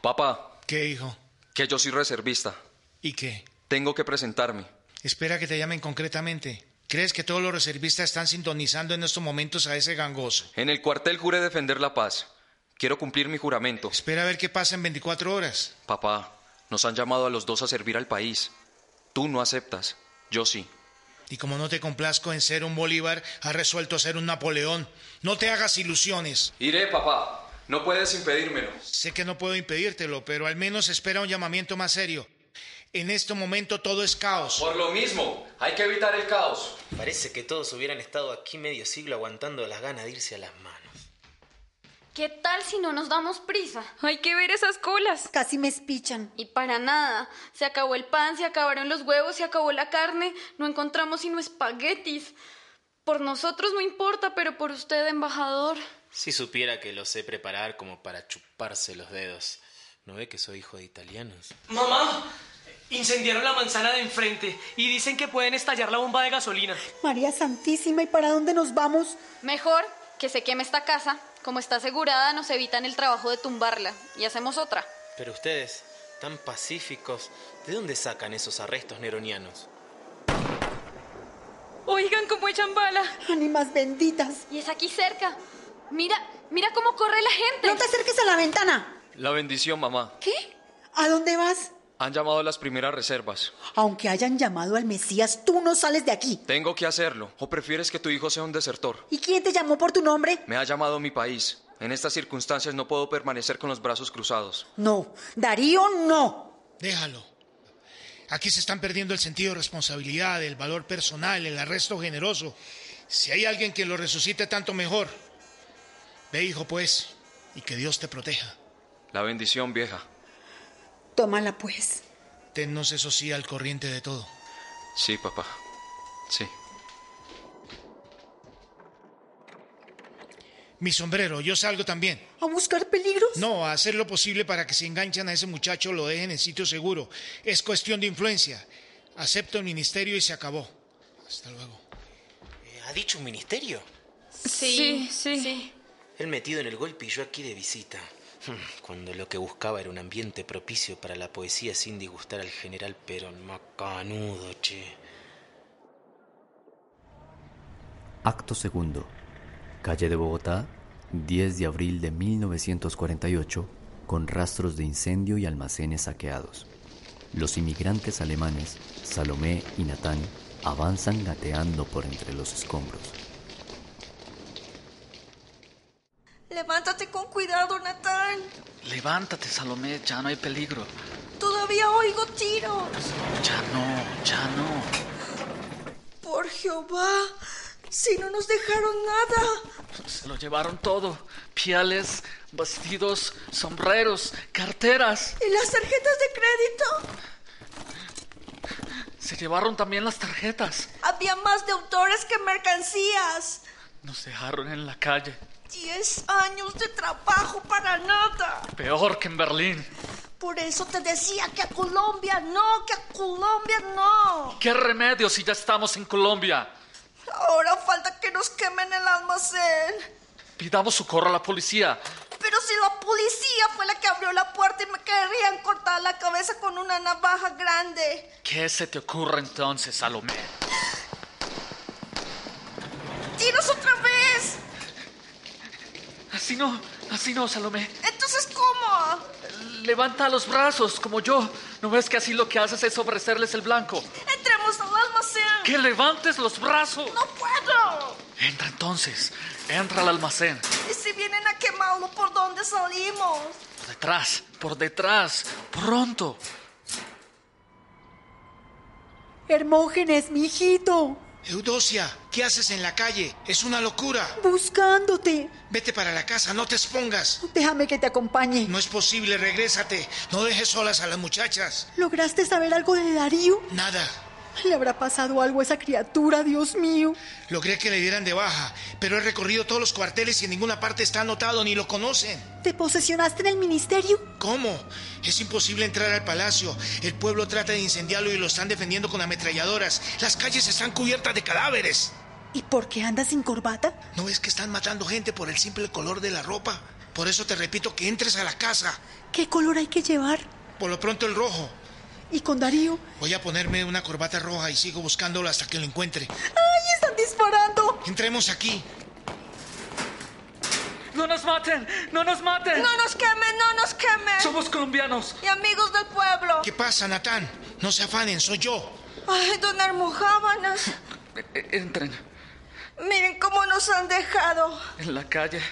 Papá,
¿Qué, hijo?
que yo soy reservista.
¿Y qué?
Tengo que presentarme.
Espera que te llamen concretamente. ¿Crees que todos los reservistas están sintonizando en estos momentos a ese gangoso?
En el cuartel juré defender la paz. Quiero cumplir mi juramento.
Espera a ver qué pasa en 24 horas.
Papá, nos han llamado a los dos a servir al país. Tú no aceptas. Yo sí.
Y como no te complazco en ser un Bolívar, has resuelto ser un Napoleón. No te hagas ilusiones.
Iré, papá. No puedes impedírmelo.
Sé que no puedo impedírtelo, pero al menos espera un llamamiento más serio. En este momento todo es caos.
Por lo mismo, hay que evitar el caos.
Parece que todos hubieran estado aquí medio siglo aguantando las ganas de irse a las manos.
¿Qué tal si no nos damos prisa?
Hay que ver esas colas.
Casi me espichan.
Y para nada. Se acabó el pan, se acabaron los huevos, se acabó la carne. No encontramos sino espaguetis. Por nosotros no importa, pero por usted, embajador.
Si supiera que lo sé preparar como para chuparse los dedos. ¿No ve que soy hijo de italianos?
Mamá, incendiaron la manzana de enfrente y dicen que pueden estallar la bomba de gasolina.
María Santísima, ¿y para dónde nos vamos?
Mejor que se queme esta casa. Como está asegurada, nos evitan el trabajo de tumbarla. Y hacemos otra.
Pero ustedes, tan pacíficos, ¿de dónde sacan esos arrestos neronianos?
Oigan cómo echan bala.
Ánimas benditas.
Y es aquí cerca. Mira, mira cómo corre la gente.
No te acerques a la ventana.
La bendición, mamá.
¿Qué? ¿A dónde vas?
Han llamado a las primeras reservas.
Aunque hayan llamado al Mesías, tú no sales de aquí.
Tengo que hacerlo. ¿O prefieres que tu hijo sea un desertor?
¿Y quién te llamó por tu nombre?
Me ha llamado mi país. En estas circunstancias no puedo permanecer con los brazos cruzados.
No, Darío no.
Déjalo. Aquí se están perdiendo el sentido de responsabilidad, el valor personal, el arresto generoso. Si hay alguien que lo resucite, tanto mejor. Ve, hijo, pues, y que Dios te proteja.
La bendición, vieja.
Tómala pues.
Tennos eso sí al corriente de todo.
Sí, papá. Sí.
Mi sombrero, yo salgo también.
¿A buscar peligros?
No, a hacer lo posible para que si enganchan a ese muchacho lo dejen en sitio seguro. Es cuestión de influencia. Acepto el ministerio y se acabó. Hasta luego.
Eh, ¿Ha dicho un ministerio?
Sí, sí.
Él metido en el golpe y yo aquí de visita. Hmm, Cuando lo que buscaba era un ambiente propicio para la poesía sin disgustar al general Perón. Macanudo, che.
Acto segundo. Calle de Bogotá, 10 de abril de 1948, con rastros de incendio y almacenes saqueados. Los inmigrantes alemanes, Salomé y Natán, avanzan gateando por entre los escombros.
Levántate con cuidado, Natán.
Levántate, Salomé, ya no hay peligro.
Todavía oigo tiros.
Ya no, ya no.
Por Jehová, si no nos dejaron nada.
Se lo llevaron todo. Piales, vestidos, sombreros, carteras.
¿Y las tarjetas de crédito?
Se llevaron también las tarjetas.
Había más deudores que mercancías.
Nos dejaron en la calle.
Diez años de trabajo para nada.
Peor que en Berlín.
Por eso te decía que a Colombia no, que a Colombia no.
¿Qué remedio si ya estamos en Colombia?
Ahora falta que nos quemen el almacén.
Pidamos socorro a la policía.
Pero si la policía fue la que abrió la puerta y me querían cortar la cabeza con una navaja grande.
¿Qué se te ocurre entonces, Salomé?
¡Tiros otra vez!
Así no, así no, Salomé.
Entonces, ¿cómo?
Levanta los brazos, como yo. ¿No ves que así lo que haces es ofrecerles el blanco?
Entremos al almacén.
¡Que levantes los brazos!
¡No puedo!
Entra entonces, entra al almacén.
¿Y si vienen a quemarlo por dónde salimos?
Por detrás, por detrás, pronto.
Hermógenes, mi hijito.
Eudosia, ¿qué haces en la calle? Es una locura.
Buscándote.
Vete para la casa, no te expongas.
Déjame que te acompañe.
No es posible, regrésate. No dejes solas a las muchachas.
¿Lograste saber algo de Darío?
Nada.
¿Le habrá pasado algo a esa criatura, Dios mío?
Logré que le dieran de baja, pero he recorrido todos los cuarteles y en ninguna parte está anotado ni lo conocen.
¿Te posesionaste en el ministerio?
¿Cómo? Es imposible entrar al palacio. El pueblo trata de incendiarlo y lo están defendiendo con ametralladoras. Las calles están cubiertas de cadáveres.
¿Y por qué andas sin corbata?
¿No ves que están matando gente por el simple color de la ropa? Por eso te repito que entres a la casa.
¿Qué color hay que llevar?
Por lo pronto el rojo.
¿Y con Darío?
Voy a ponerme una corbata roja y sigo buscándolo hasta que lo encuentre.
¡Ay, están disparando!
Entremos aquí.
¡No nos maten! ¡No nos maten!
¡No nos quemen! ¡No nos quemen!
Somos colombianos.
Y amigos del pueblo.
¿Qué pasa, Natán? No se afanen, soy yo.
Ay, don Hermojábanas.
Entren.
Miren cómo nos han dejado.
En la calle.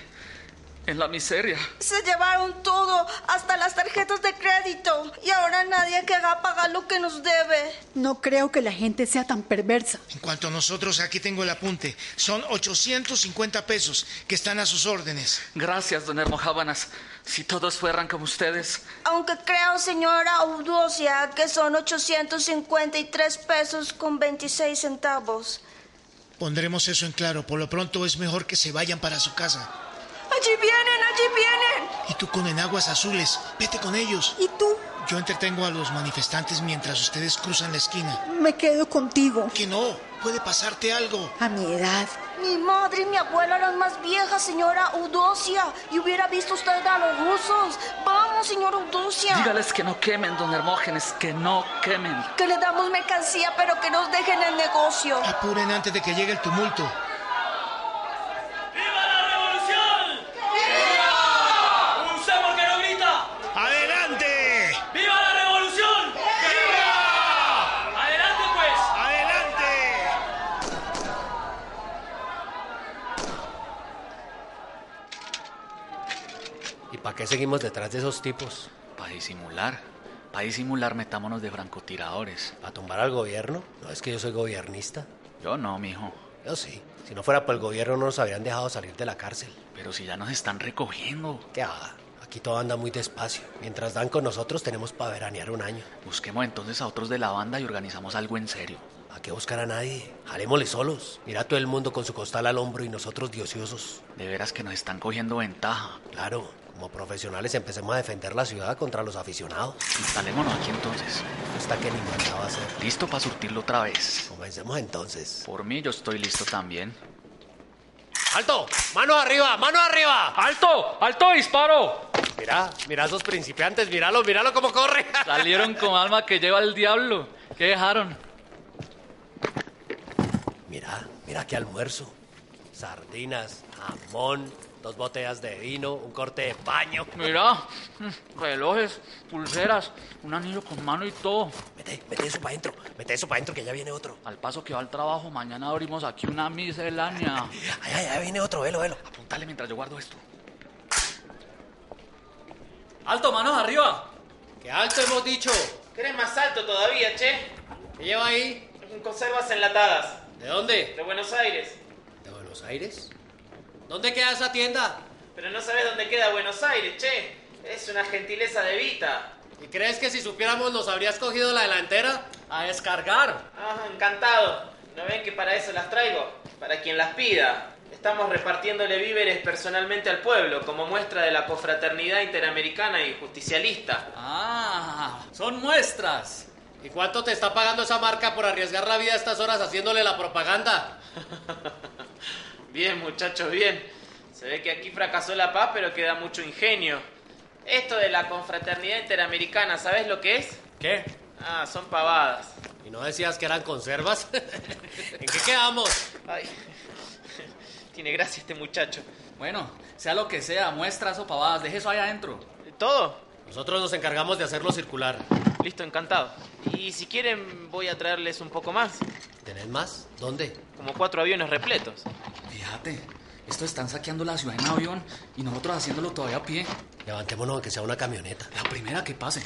En la miseria.
Se llevaron todo, hasta las tarjetas de crédito. Y ahora nadie querrá pagar lo que nos debe. No creo que la gente sea tan perversa.
En cuanto a nosotros, aquí tengo el apunte. Son 850 pesos que están a sus órdenes.
Gracias, don Hermojábanas. Si todos fueran como ustedes.
Aunque creo, señora Audocia, que son 853 pesos con 26 centavos.
Pondremos eso en claro. Por lo pronto es mejor que se vayan para su casa.
Allí vienen, allí vienen.
Y tú con enaguas azules, vete con ellos.
¿Y tú?
Yo entretengo a los manifestantes mientras ustedes cruzan la esquina.
Me quedo contigo.
Que no, puede pasarte algo.
A mi edad. Mi madre y mi abuela eran más viejas, señora Eudocia. Y hubiera visto usted a los rusos. Vamos, señora Eudocia.
Dígales que no quemen, don Hermógenes, que no quemen.
Que le damos mercancía, pero que nos dejen el negocio.
Apuren antes de que llegue el tumulto.
pues.
¿Para qué seguimos detrás de esos tipos?
Para disimular. Para disimular, metámonos de francotiradores.
¿Para tumbar al gobierno? No es que yo soy gobiernista.
Yo no, mijo.
Yo sí. Si no fuera por el gobierno, no nos habrían dejado salir de la cárcel.
Pero si ya nos están recogiendo.
¿Qué haga? Aquí todo anda muy despacio. Mientras dan con nosotros, tenemos para veranear un año.
Busquemos entonces a otros de la banda y organizamos algo en serio.
¿A qué buscar a nadie? Jalémosle solos. Mira a todo el mundo con su costal al hombro y nosotros diociosos.
De veras que nos están cogiendo ventaja.
Claro, como profesionales empecemos a defender la ciudad contra los aficionados.
Instalémonos aquí entonces.
Hasta que ni mandaba hacer.
Listo para surtirlo otra vez.
Comencemos entonces.
Por mí yo estoy listo también.
¡Alto! ¡Mano arriba! ¡Mano arriba!
¡Alto! ¡Alto! ¡Disparo!
Mira, mira a esos principiantes, míralo, míralo cómo corre.
Salieron con alma que lleva el diablo. ¿Qué dejaron?
Mira, mira qué almuerzo. Sardinas, jamón, dos botellas de vino, un corte de paño.
Mira, mm, relojes, pulseras, un anillo con mano y todo.
Mete, mete eso para adentro, mete eso para adentro que ya viene otro.
Al paso que va al trabajo, mañana abrimos aquí una miscelánea.
Allá, allá viene otro, velo, velo.
Apuntale mientras yo guardo esto. ¡Alto, manos arriba!
¡Qué alto hemos dicho!
¿Querés más alto todavía, che?
¿Qué lleva ahí?
Conservas enlatadas.
¿De dónde?
De Buenos Aires.
¿De Buenos Aires? ¿Dónde queda esa tienda?
Pero no sabes dónde queda Buenos Aires, che. Es una gentileza de Vita.
¿Y crees que si supiéramos nos habrías cogido la delantera?
A descargar.
Ah, encantado. ¿No ven que para eso las traigo? Para quien las pida. Estamos repartiéndole víveres personalmente al pueblo, como muestra de la cofraternidad interamericana y justicialista.
Ah, son muestras.
¿Y cuánto te está pagando esa marca por arriesgar la vida a estas horas haciéndole la propaganda?
Bien, muchachos, bien. Se ve que aquí fracasó la paz, pero queda mucho ingenio. Esto de la confraternidad interamericana, ¿sabes lo que es?
¿Qué?
Ah, son pavadas.
¿Y no decías que eran conservas? ¿En qué quedamos?
Ay, tiene gracia este muchacho.
Bueno, sea lo que sea, muestras o pavadas, deje eso ahí adentro.
¿Todo?
Nosotros nos encargamos de hacerlo circular.
Listo, encantado. Y si quieren, voy a traerles un poco más.
¿Tenés más? ¿Dónde?
Como cuatro aviones repletos.
Fíjate, estos están saqueando la ciudad en avión y nosotros haciéndolo todavía a pie.
Levantémonos aunque sea una camioneta.
La primera que pase.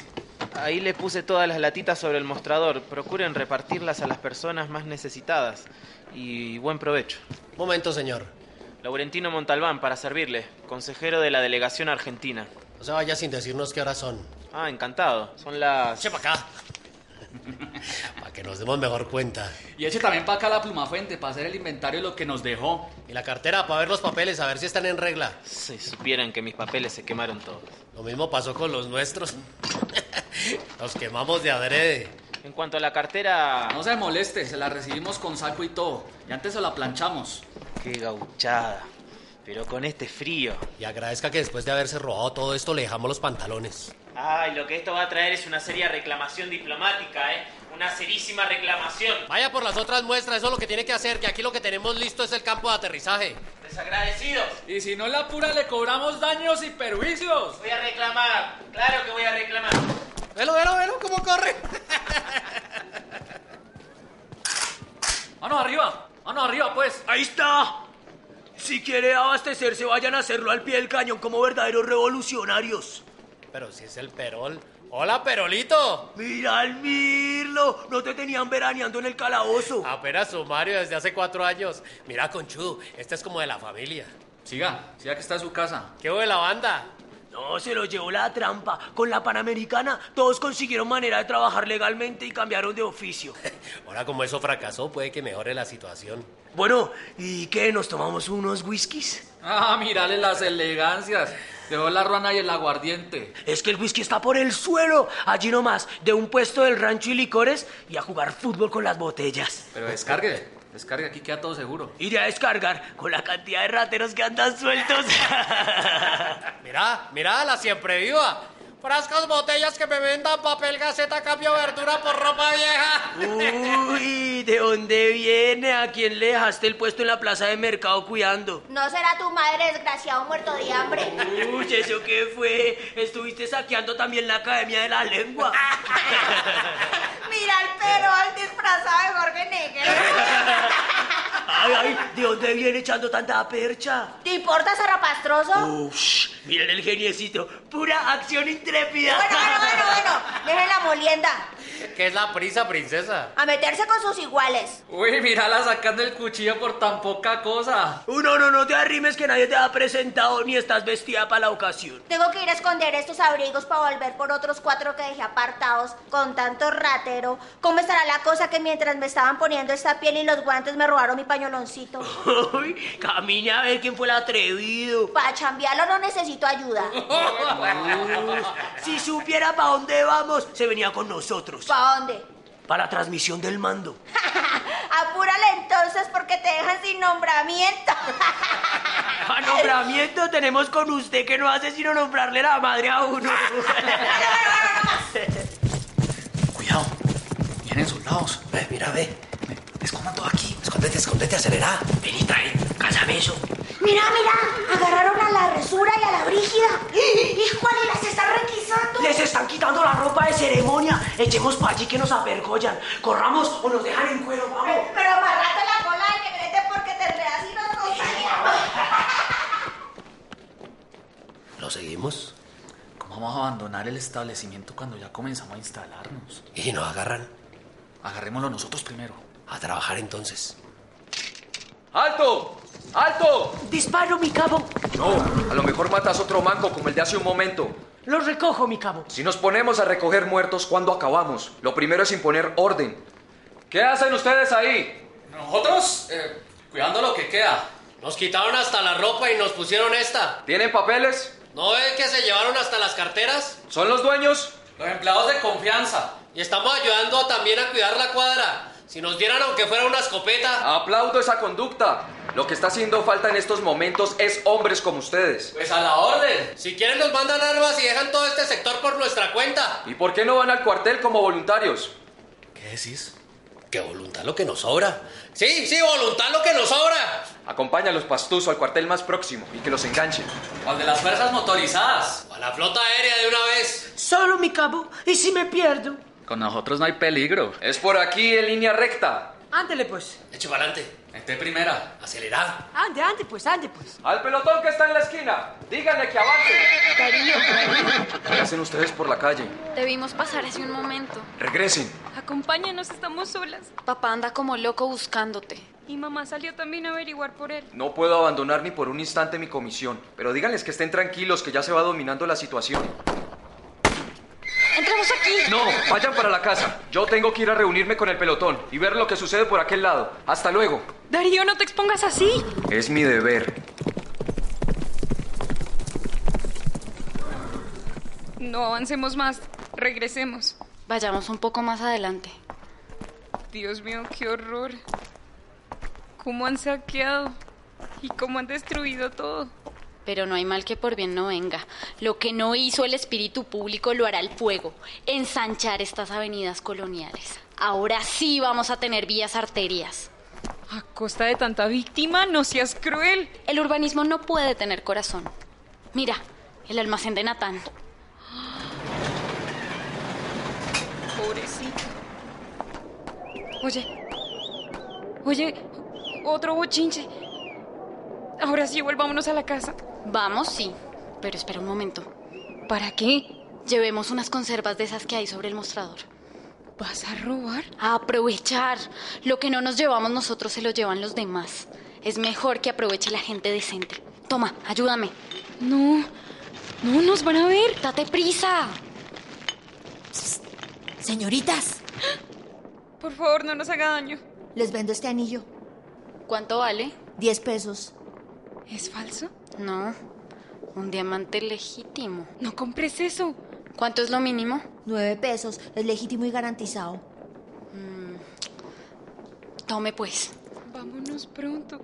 Ahí le puse todas las latitas sobre el mostrador. Procuren repartirlas a las personas más necesitadas. Y buen provecho.
Momento, señor.
Laurentino Montalbán, para servirle, consejero de la delegación argentina.
No se vaya sin decirnos qué horas son.
Ah, encantado. Son las...
Che, para acá.
para que nos demos mejor cuenta.
Y eche también para acá la plumafuente para hacer el inventario de lo que nos dejó.
Y la cartera para ver los papeles, a ver si están en regla.
Si supieran que mis papeles se quemaron todos.
Lo mismo pasó con los nuestros. Los quemamos de adrede.
En cuanto a la cartera...
No se moleste, se la recibimos con saco y todo. Y antes se la planchamos.
Qué gauchada. Pero con este frío.
Y agradezca que después de haberse robado todo esto le dejamos los pantalones.
Ay, lo que esto va a traer es una seria reclamación diplomática, ¿eh? Una serísima reclamación.
Vaya por las otras muestras, eso es lo que tiene que hacer, que aquí lo que tenemos listo es el campo de aterrizaje.
Desagradecidos.
Y si no la apura, le cobramos daños y perjuicios.
Voy a reclamar. Claro que voy a reclamar.
Velo, velo, velo, cómo corre.
Mano arriba, mano arriba, pues.
Ahí está. Si quiere abastecerse, vayan a hacerlo al pie del cañón como verdaderos revolucionarios.
Pero si es el Perol. Hola, Perolito.
Mira al Mirlo, no te tenían veraneando en el calabozo.
Apenas sumario desde hace cuatro años. Mira, Conchudo, este es como de la familia.
Siga, siga que está en su casa.
¿Qué hubo de la banda?
No, se lo llevó la trampa. Con la Panamericana, todos consiguieron manera de trabajar legalmente y cambiaron de oficio.
Ahora, como eso fracasó, puede que mejore la situación.
Bueno, ¿y qué? ¿Nos tomamos unos whiskies?
Ah, mirale las elegancias. Dejó la ruana y el aguardiente.
Es que el whisky está por el suelo, allí nomás, de un puesto del rancho y licores y a jugar fútbol con las botellas.
Pero descargue, descargue, aquí queda todo seguro.
Iré a descargar con la cantidad de rateros que andan sueltos.
mirá, mirá, la siempre viva. Frascos, botellas que me vendan papel, gaceta, cambio verdura por ropa vieja.
Uy, ¿de dónde viene? ¿A quién le dejaste el puesto en la plaza de mercado cuidando?
No será tu madre desgraciado muerto de hambre.
Uy, ¿eso qué fue? Estuviste saqueando también la Academia de la Lengua.
Mira el perro al disfrazado de Jorge Neger.
Ay, ay, ¿de dónde viene echando tanta percha?
¿Te importa, zarrapastroso?
Ush, miren el geniecito, pura acción intrépida.
Bueno, bueno, bueno, bueno, dejen la molienda.
¿Qué es la prisa, princesa?
A meterse con sus iguales.
Uy, mírala sacando el cuchillo por tan poca cosa.
Uh, no, no, no te arrimes que nadie te ha presentado ni estás vestida para la ocasión.
Tengo que ir a esconder estos abrigos para volver por otros cuatro que dejé apartados con tanto ratero. ¿Cómo estará la cosa que mientras me estaban poniendo esta piel y los guantes me robaron mi pañoloncito?
Uy, camine a ver quién fue el atrevido.
Para chambearlo no necesito ayuda.
Uy, si supiera para dónde vamos, se venía con nosotros.
¿Para dónde?
Para la transmisión del mando.
Apúrale entonces porque te dejan sin nombramiento.
A nombramiento tenemos con usted que no hace sino nombrarle la madre a uno.
Cuidado, vienen soldados.
Ve, mira, ve.
Escondan todo aquí.
Escondete, escondete, acelera.
Vení, trae, cásame eso.
Mira, mira, agarraron a la resura y a la brígida. ¡Híjole, las están requisando!
Les están quitando la ropa de ceremonia. Echemos para allí que nos avergollan. Corramos o nos dejan en cuero, vamos.
Pero amarrate la cola de negrete porque te enredas y nos contagiamos.
¿Lo seguimos?
¿Cómo vamos a abandonar el establecimiento cuando ya comenzamos a instalarnos?
¿Y nos agarran?
Agarrémoslo nosotros primero.
A trabajar entonces.
¡Alto! ¡Alto!
Disparo, mi cabo.
No, a lo mejor matas otro manco como el de hace un momento.
Los recojo, mi cabo.
Si nos ponemos a recoger muertos, ¿cuándo acabamos? Lo primero es imponer orden. ¿Qué hacen ustedes ahí?
Nosotros, eh, cuidando lo que queda.
Nos quitaron hasta la ropa y nos pusieron esta.
¿Tienen papeles?
¿No ves que se llevaron hasta las carteras?
¿Son los dueños?
Los empleados de confianza.
Y estamos ayudando también a cuidar la cuadra. Si nos dieran aunque fuera una escopeta.
Aplaudo esa conducta. Lo que está haciendo falta en estos momentos es hombres como ustedes.
Pues a la orden.
Si quieren nos mandan armas y dejan todo este sector por nuestra cuenta.
¿Y por qué no van al cuartel como voluntarios?
¿Qué decís?
Que voluntad lo que nos sobra.
Sí, sí, voluntad lo que nos sobra.
Acompáñalos, Pastuso, al cuartel más próximo y que los enganchen.
Al de las fuerzas motorizadas.
O a la flota aérea de una vez.
Solo mi cabo. ¿Y si me pierdo?
Con nosotros no hay peligro.
Es por aquí en línea recta.
Ándele pues.
Eche para adelante.
Este primera.
Acelerada.
Ande, ande pues, ande pues.
Al pelotón que está en la esquina. Díganle que avance.
Darío.
¿Qué hacen ustedes por la calle?
Te vimos pasar hace un momento.
Regresen.
Acompáñanos, estamos solas.
Papá anda como loco buscándote.
Y mamá salió también a averiguar por él.
No puedo abandonar ni por un instante mi comisión. Pero díganles que estén tranquilos, que ya se va dominando la situación.
Entramos aquí.
No, vayan para la casa. Yo tengo que ir a reunirme con el pelotón y ver lo que sucede por aquel lado. Hasta luego.
Darío, no te expongas así.
Es mi deber.
No avancemos más. Regresemos.
Vayamos un poco más adelante.
Dios mío, qué horror. ¿Cómo han saqueado? ¿Y cómo han destruido todo?
Pero no hay mal que por bien no venga. Lo que no hizo el espíritu público lo hará el fuego. Ensanchar estas avenidas coloniales. Ahora sí vamos a tener vías arterias.
A costa de tanta víctima, no seas cruel.
El urbanismo no puede tener corazón. Mira, el almacén de Natán.
Pobrecito. Oye. Oye, otro bochinche. Ahora sí, volvámonos a la casa.
Vamos, sí. Pero espera un momento.
¿Para qué?
Llevemos unas conservas de esas que hay sobre el mostrador.
¿Vas a robar?
A aprovechar. Lo que no nos llevamos nosotros se lo llevan los demás. Es mejor que aproveche la gente decente. Toma, ayúdame.
No. No nos van a ver.
Date prisa.
Señoritas.
Por favor, no nos haga daño.
Les vendo este anillo.
¿Cuánto vale?
Diez pesos.
¿Es falso?
No. Un diamante legítimo.
No compres eso.
¿Cuánto es lo mínimo?
Nueve pesos. Es legítimo y garantizado.
Mm. Tome pues.
Vámonos pronto.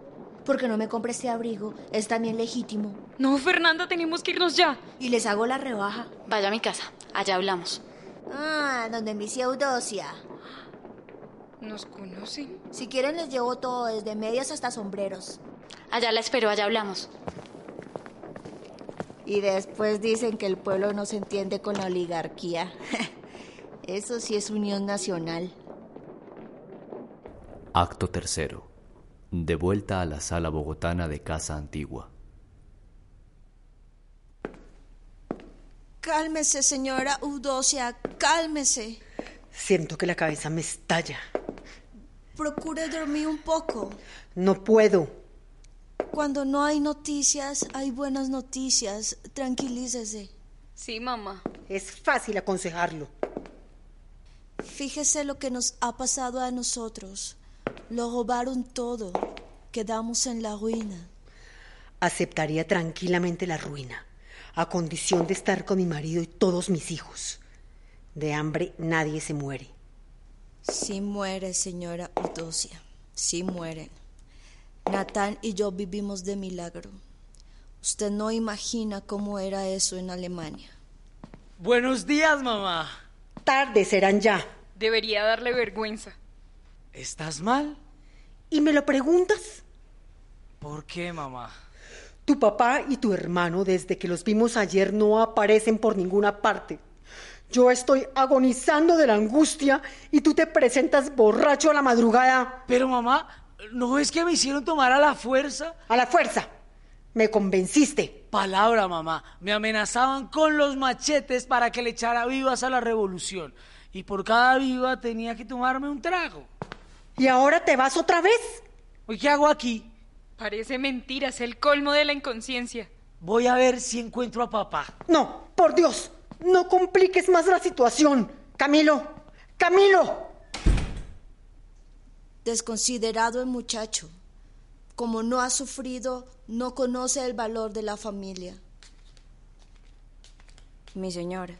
Porque no me compré este abrigo. Es también legítimo.
No, Fernanda, tenemos que irnos ya.
Y les hago la rebaja.
Vaya a mi casa. Allá hablamos.
Ah, donde mi pseudosia.
¿Nos conocen?
Si quieren les llevo todo, desde medias hasta sombreros.
Allá la espero, allá hablamos.
Y después dicen que el pueblo no se entiende con la oligarquía. Eso sí es unión nacional.
Acto tercero. De vuelta a la sala bogotana de Casa Antigua.
Cálmese, señora Eudosia, cálmese.
Siento que la cabeza me estalla.
Procure dormir un poco.
No puedo.
Cuando no hay noticias, hay buenas noticias. Tranquilícese.
Sí, mamá.
Es fácil aconsejarlo.
Fíjese lo que nos ha pasado a nosotros. Lo robaron todo. Quedamos en la ruina.
Aceptaría tranquilamente la ruina a condición de estar con mi marido y todos mis hijos. De hambre nadie se muere.
Sí muere, señora Udosia. Sí mueren. Natán y yo vivimos de milagro. Usted no imagina cómo era eso en Alemania.
Buenos días, mamá.
Tarde serán ya.
Debería darle vergüenza.
¿Estás mal?
¿Y me lo preguntas?
¿Por qué, mamá?
Tu papá y tu hermano, desde que los vimos ayer, no aparecen por ninguna parte. Yo estoy agonizando de la angustia y tú te presentas borracho a la madrugada.
Pero mamá, ¿no es que me hicieron tomar a la fuerza?
A la fuerza. Me convenciste.
Palabra, mamá. Me amenazaban con los machetes para que le echara vivas a la revolución. Y por cada viva tenía que tomarme un trago.
¿Y ahora te vas otra vez?
¿Y qué hago aquí?
Parece mentira, es el colmo de la inconsciencia.
Voy a ver si encuentro a papá.
No, por Dios, no compliques más la situación. Camilo, Camilo.
Desconsiderado el muchacho. Como no ha sufrido, no conoce el valor de la familia. Mi señora.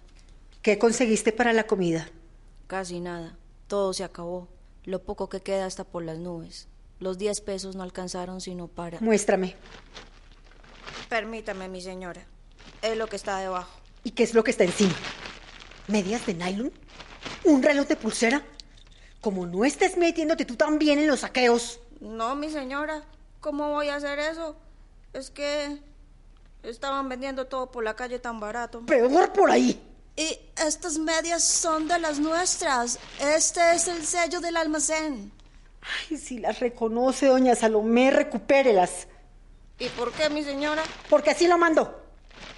¿Qué conseguiste para la comida?
Casi nada. Todo se acabó. Lo poco que queda está por las nubes. Los 10 pesos no alcanzaron sino para...
Muéstrame.
Permítame, mi señora. Es lo que está debajo.
¿Y qué es lo que está encima? ¿Medias de nylon? ¿Un reloj de pulsera? Como no estés metiéndote tú también en los saqueos.
No, mi señora. ¿Cómo voy a hacer eso? Es que... Estaban vendiendo todo por la calle tan barato.
Peor por ahí.
Y estas medias son de las nuestras. Este es el sello del almacén.
Ay, si las reconoce, doña Salomé, recupérelas.
¿Y por qué, mi señora?
Porque así lo mando.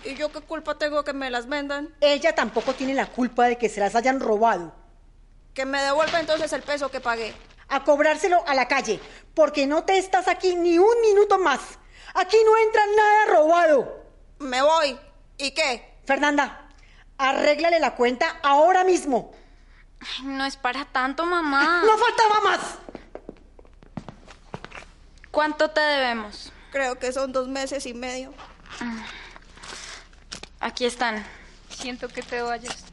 ¿Y yo qué culpa tengo que me las vendan?
Ella tampoco tiene la culpa de que se las hayan robado.
Que me devuelva entonces el peso que pagué.
A cobrárselo a la calle, porque no te estás aquí ni un minuto más. Aquí no entra nada robado.
Me voy. ¿Y qué?
Fernanda, Arréglale la cuenta ahora mismo.
Ay, no es para tanto, mamá.
¡No faltaba más!
¿Cuánto te debemos? Ah.
Creo que son dos meses y medio.
Aquí están.
Siento que te vayas.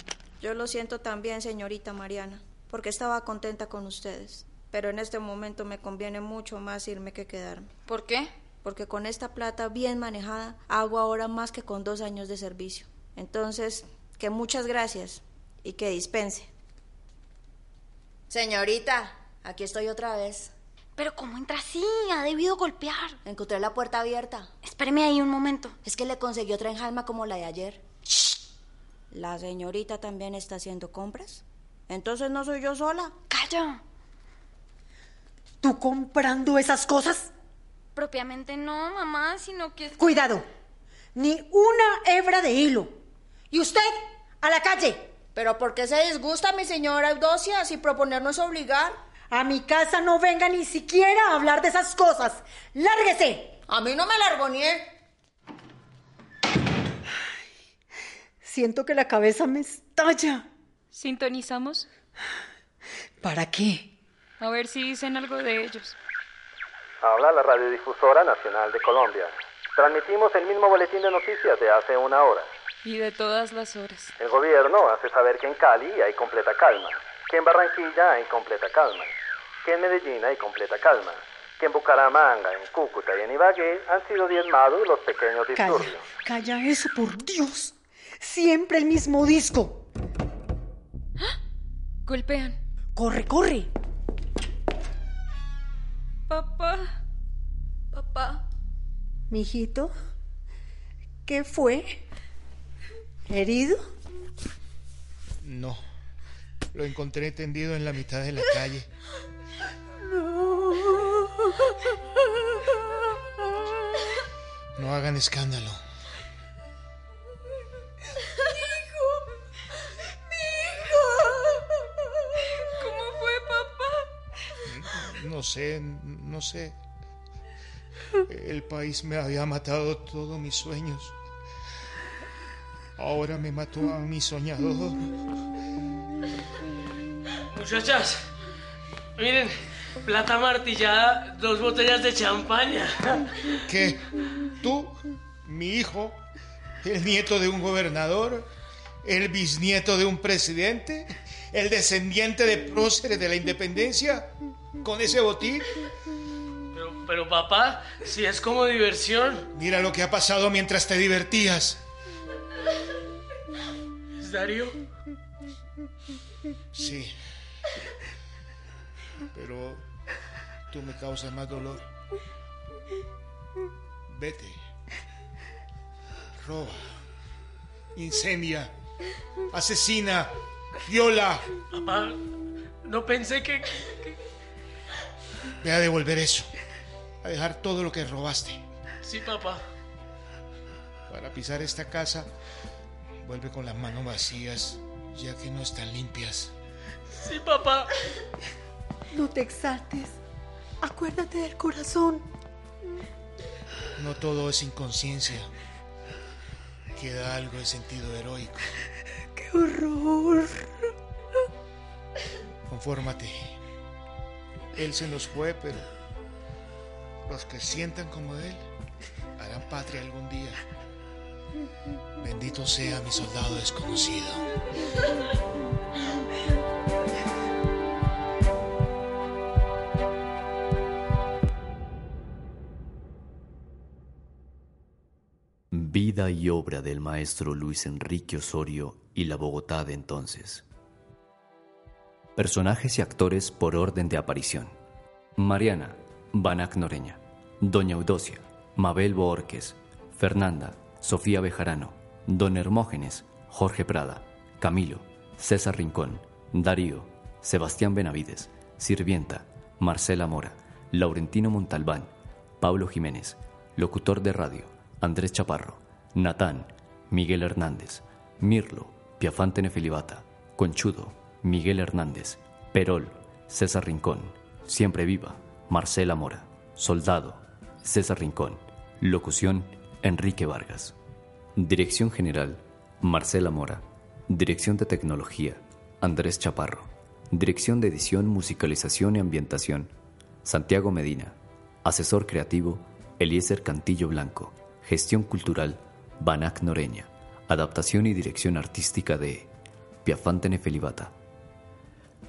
Yo lo siento también, señorita Mariana, porque estaba contenta con ustedes. Pero en este momento me conviene mucho más irme que quedarme.
¿Por qué?
Porque con esta plata bien manejada hago ahora más que con dos años de servicio. Entonces, que muchas gracias y que dispense. Señorita, aquí estoy otra vez.
Pero ¿cómo entra así? Ha debido golpear.
Encontré la puerta abierta.
Espéreme ahí un momento.
Es que le consiguió otra enjalma como la de ayer. ¿La señorita también está haciendo compras? Entonces no soy yo sola.
¡Calla!
¿Tú comprando esas cosas?
Propiamente no, mamá, sino que... es-
Cuidado. Ni una hebra de hilo. ¿Y usted? A la calle.
¿Pero por qué se disgusta mi señora Eudocia sin proponernos obligar?
A mi casa no venga ni siquiera a hablar de esas cosas. ¡Lárguese!
A mí no me largo ni él.
Siento que la cabeza me estalla.
¿Sintonizamos?
¿Para qué?
A ver si dicen algo de ellos.
Habla la Radiodifusora Nacional de Colombia. Transmitimos el mismo boletín de noticias de hace una hora.
Y de todas las horas.
El gobierno hace saber que en Cali hay completa calma, que en Barranquilla hay completa calma, que en Medellín hay completa calma, que en Bucaramanga, en Cúcuta y en Ibagué han sido diezmados los pequeños disturbios.
Calla, calla eso, por Dios. Siempre el mismo disco.
¡Ah!
Golpean.
Corre, corre.
Papá.
Papá.
Mijito, ¿qué fue? ¿Herido?
No. Lo encontré tendido en la mitad de la calle. No hagan escándalo.
¿Cómo fue, papá?
Mm, No sé, no sé. El país me había matado todos mis sueños. Ahora me mató a mi soñador.
Muchachas, miren, plata martillada, dos botellas de champaña.
¿Qué? ¿Tú? ¿Mi hijo? ¿El nieto de un gobernador? ¿El bisnieto de un presidente? ¿El descendiente de próceres de la independencia? ¿Con ese botín?
Pero, pero papá, si es como diversión,
Mira lo que ha pasado mientras te divertías.
¿es Darío?
Sí. Pero tú me causas más dolor. Vete. Roba. Incendia. Asesina. Viola.
Papá, no pensé que...
Ve a devolver eso. A dejar todo lo que robaste.
Sí, papá.
Para pisar esta casa, vuelve con las manos vacías, ya que no están limpias.
Sí, papá.
No te exaltes. Acuérdate del corazón.
No todo es inconsciencia. Queda algo de sentido heroico.
¡Qué horror!
Confórmate. Él se nos fue, pero los que sientan como él harán patria algún día. Bendito sea mi soldado desconocido.
Vida y obra del maestro Luis Enrique Osorio y la Bogotá de entonces. Personajes y actores por orden de aparición. Mariana, Banac Noreña, Doña Eudocia, Mabel Boorques, Fernanda, Sofía Bejarano, Don Hermógenes, Jorge Prada, Camilo, César Rincón, Darío, Sebastián Benavides, Sirvienta, Marcela Mora, Laurentino Montalbán, Pablo Jiménez, locutor de radio, Andrés Chaparro, Natán, Miguel Hernández, Mirlo, Piafante Nefelibata, Conchudo, Miguel Hernández, Perol, César Rincón, Siempre Viva, Marcela Mora, Soldado, César Rincón, locución, Enrique Vargas. Dirección General, Marcela Mora, Dirección de Tecnología, Andrés Chaparro. Dirección de Edición, Musicalización y Ambientación, Santiago Medina. Asesor Creativo, Eliezer Cantillo Blanco. Gestión Cultural, Banac Noreña. Adaptación y Dirección Artística de Piafante Nefelibata.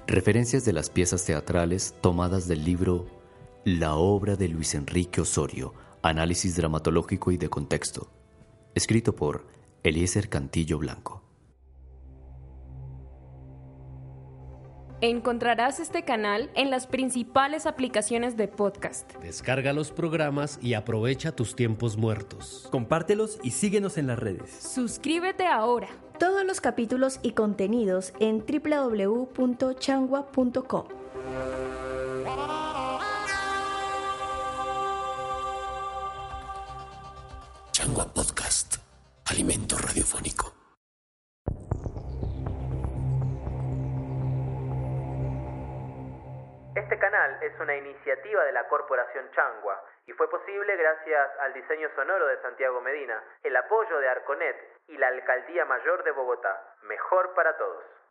Referencias de las piezas teatrales tomadas del libro La obra de Luis Enrique Osorio, Análisis Dramatológico y de Contexto, escrito por Eliezer Cantillo Blanco.
Encontrarás este canal en las principales aplicaciones de podcast.
Descarga los programas y aprovecha tus tiempos muertos.
Compártelos y síguenos en las redes.
Suscríbete ahora.
Todos los capítulos y contenidos en www.changua.com.
Changua Podcast, alimento radiofónico.
Este canal es una iniciativa de la Corporación Changua y fue posible gracias al diseño sonoro de Santiago Medina, el apoyo de Arconet y la Alcaldía Mayor de Bogotá. Mejor para todos.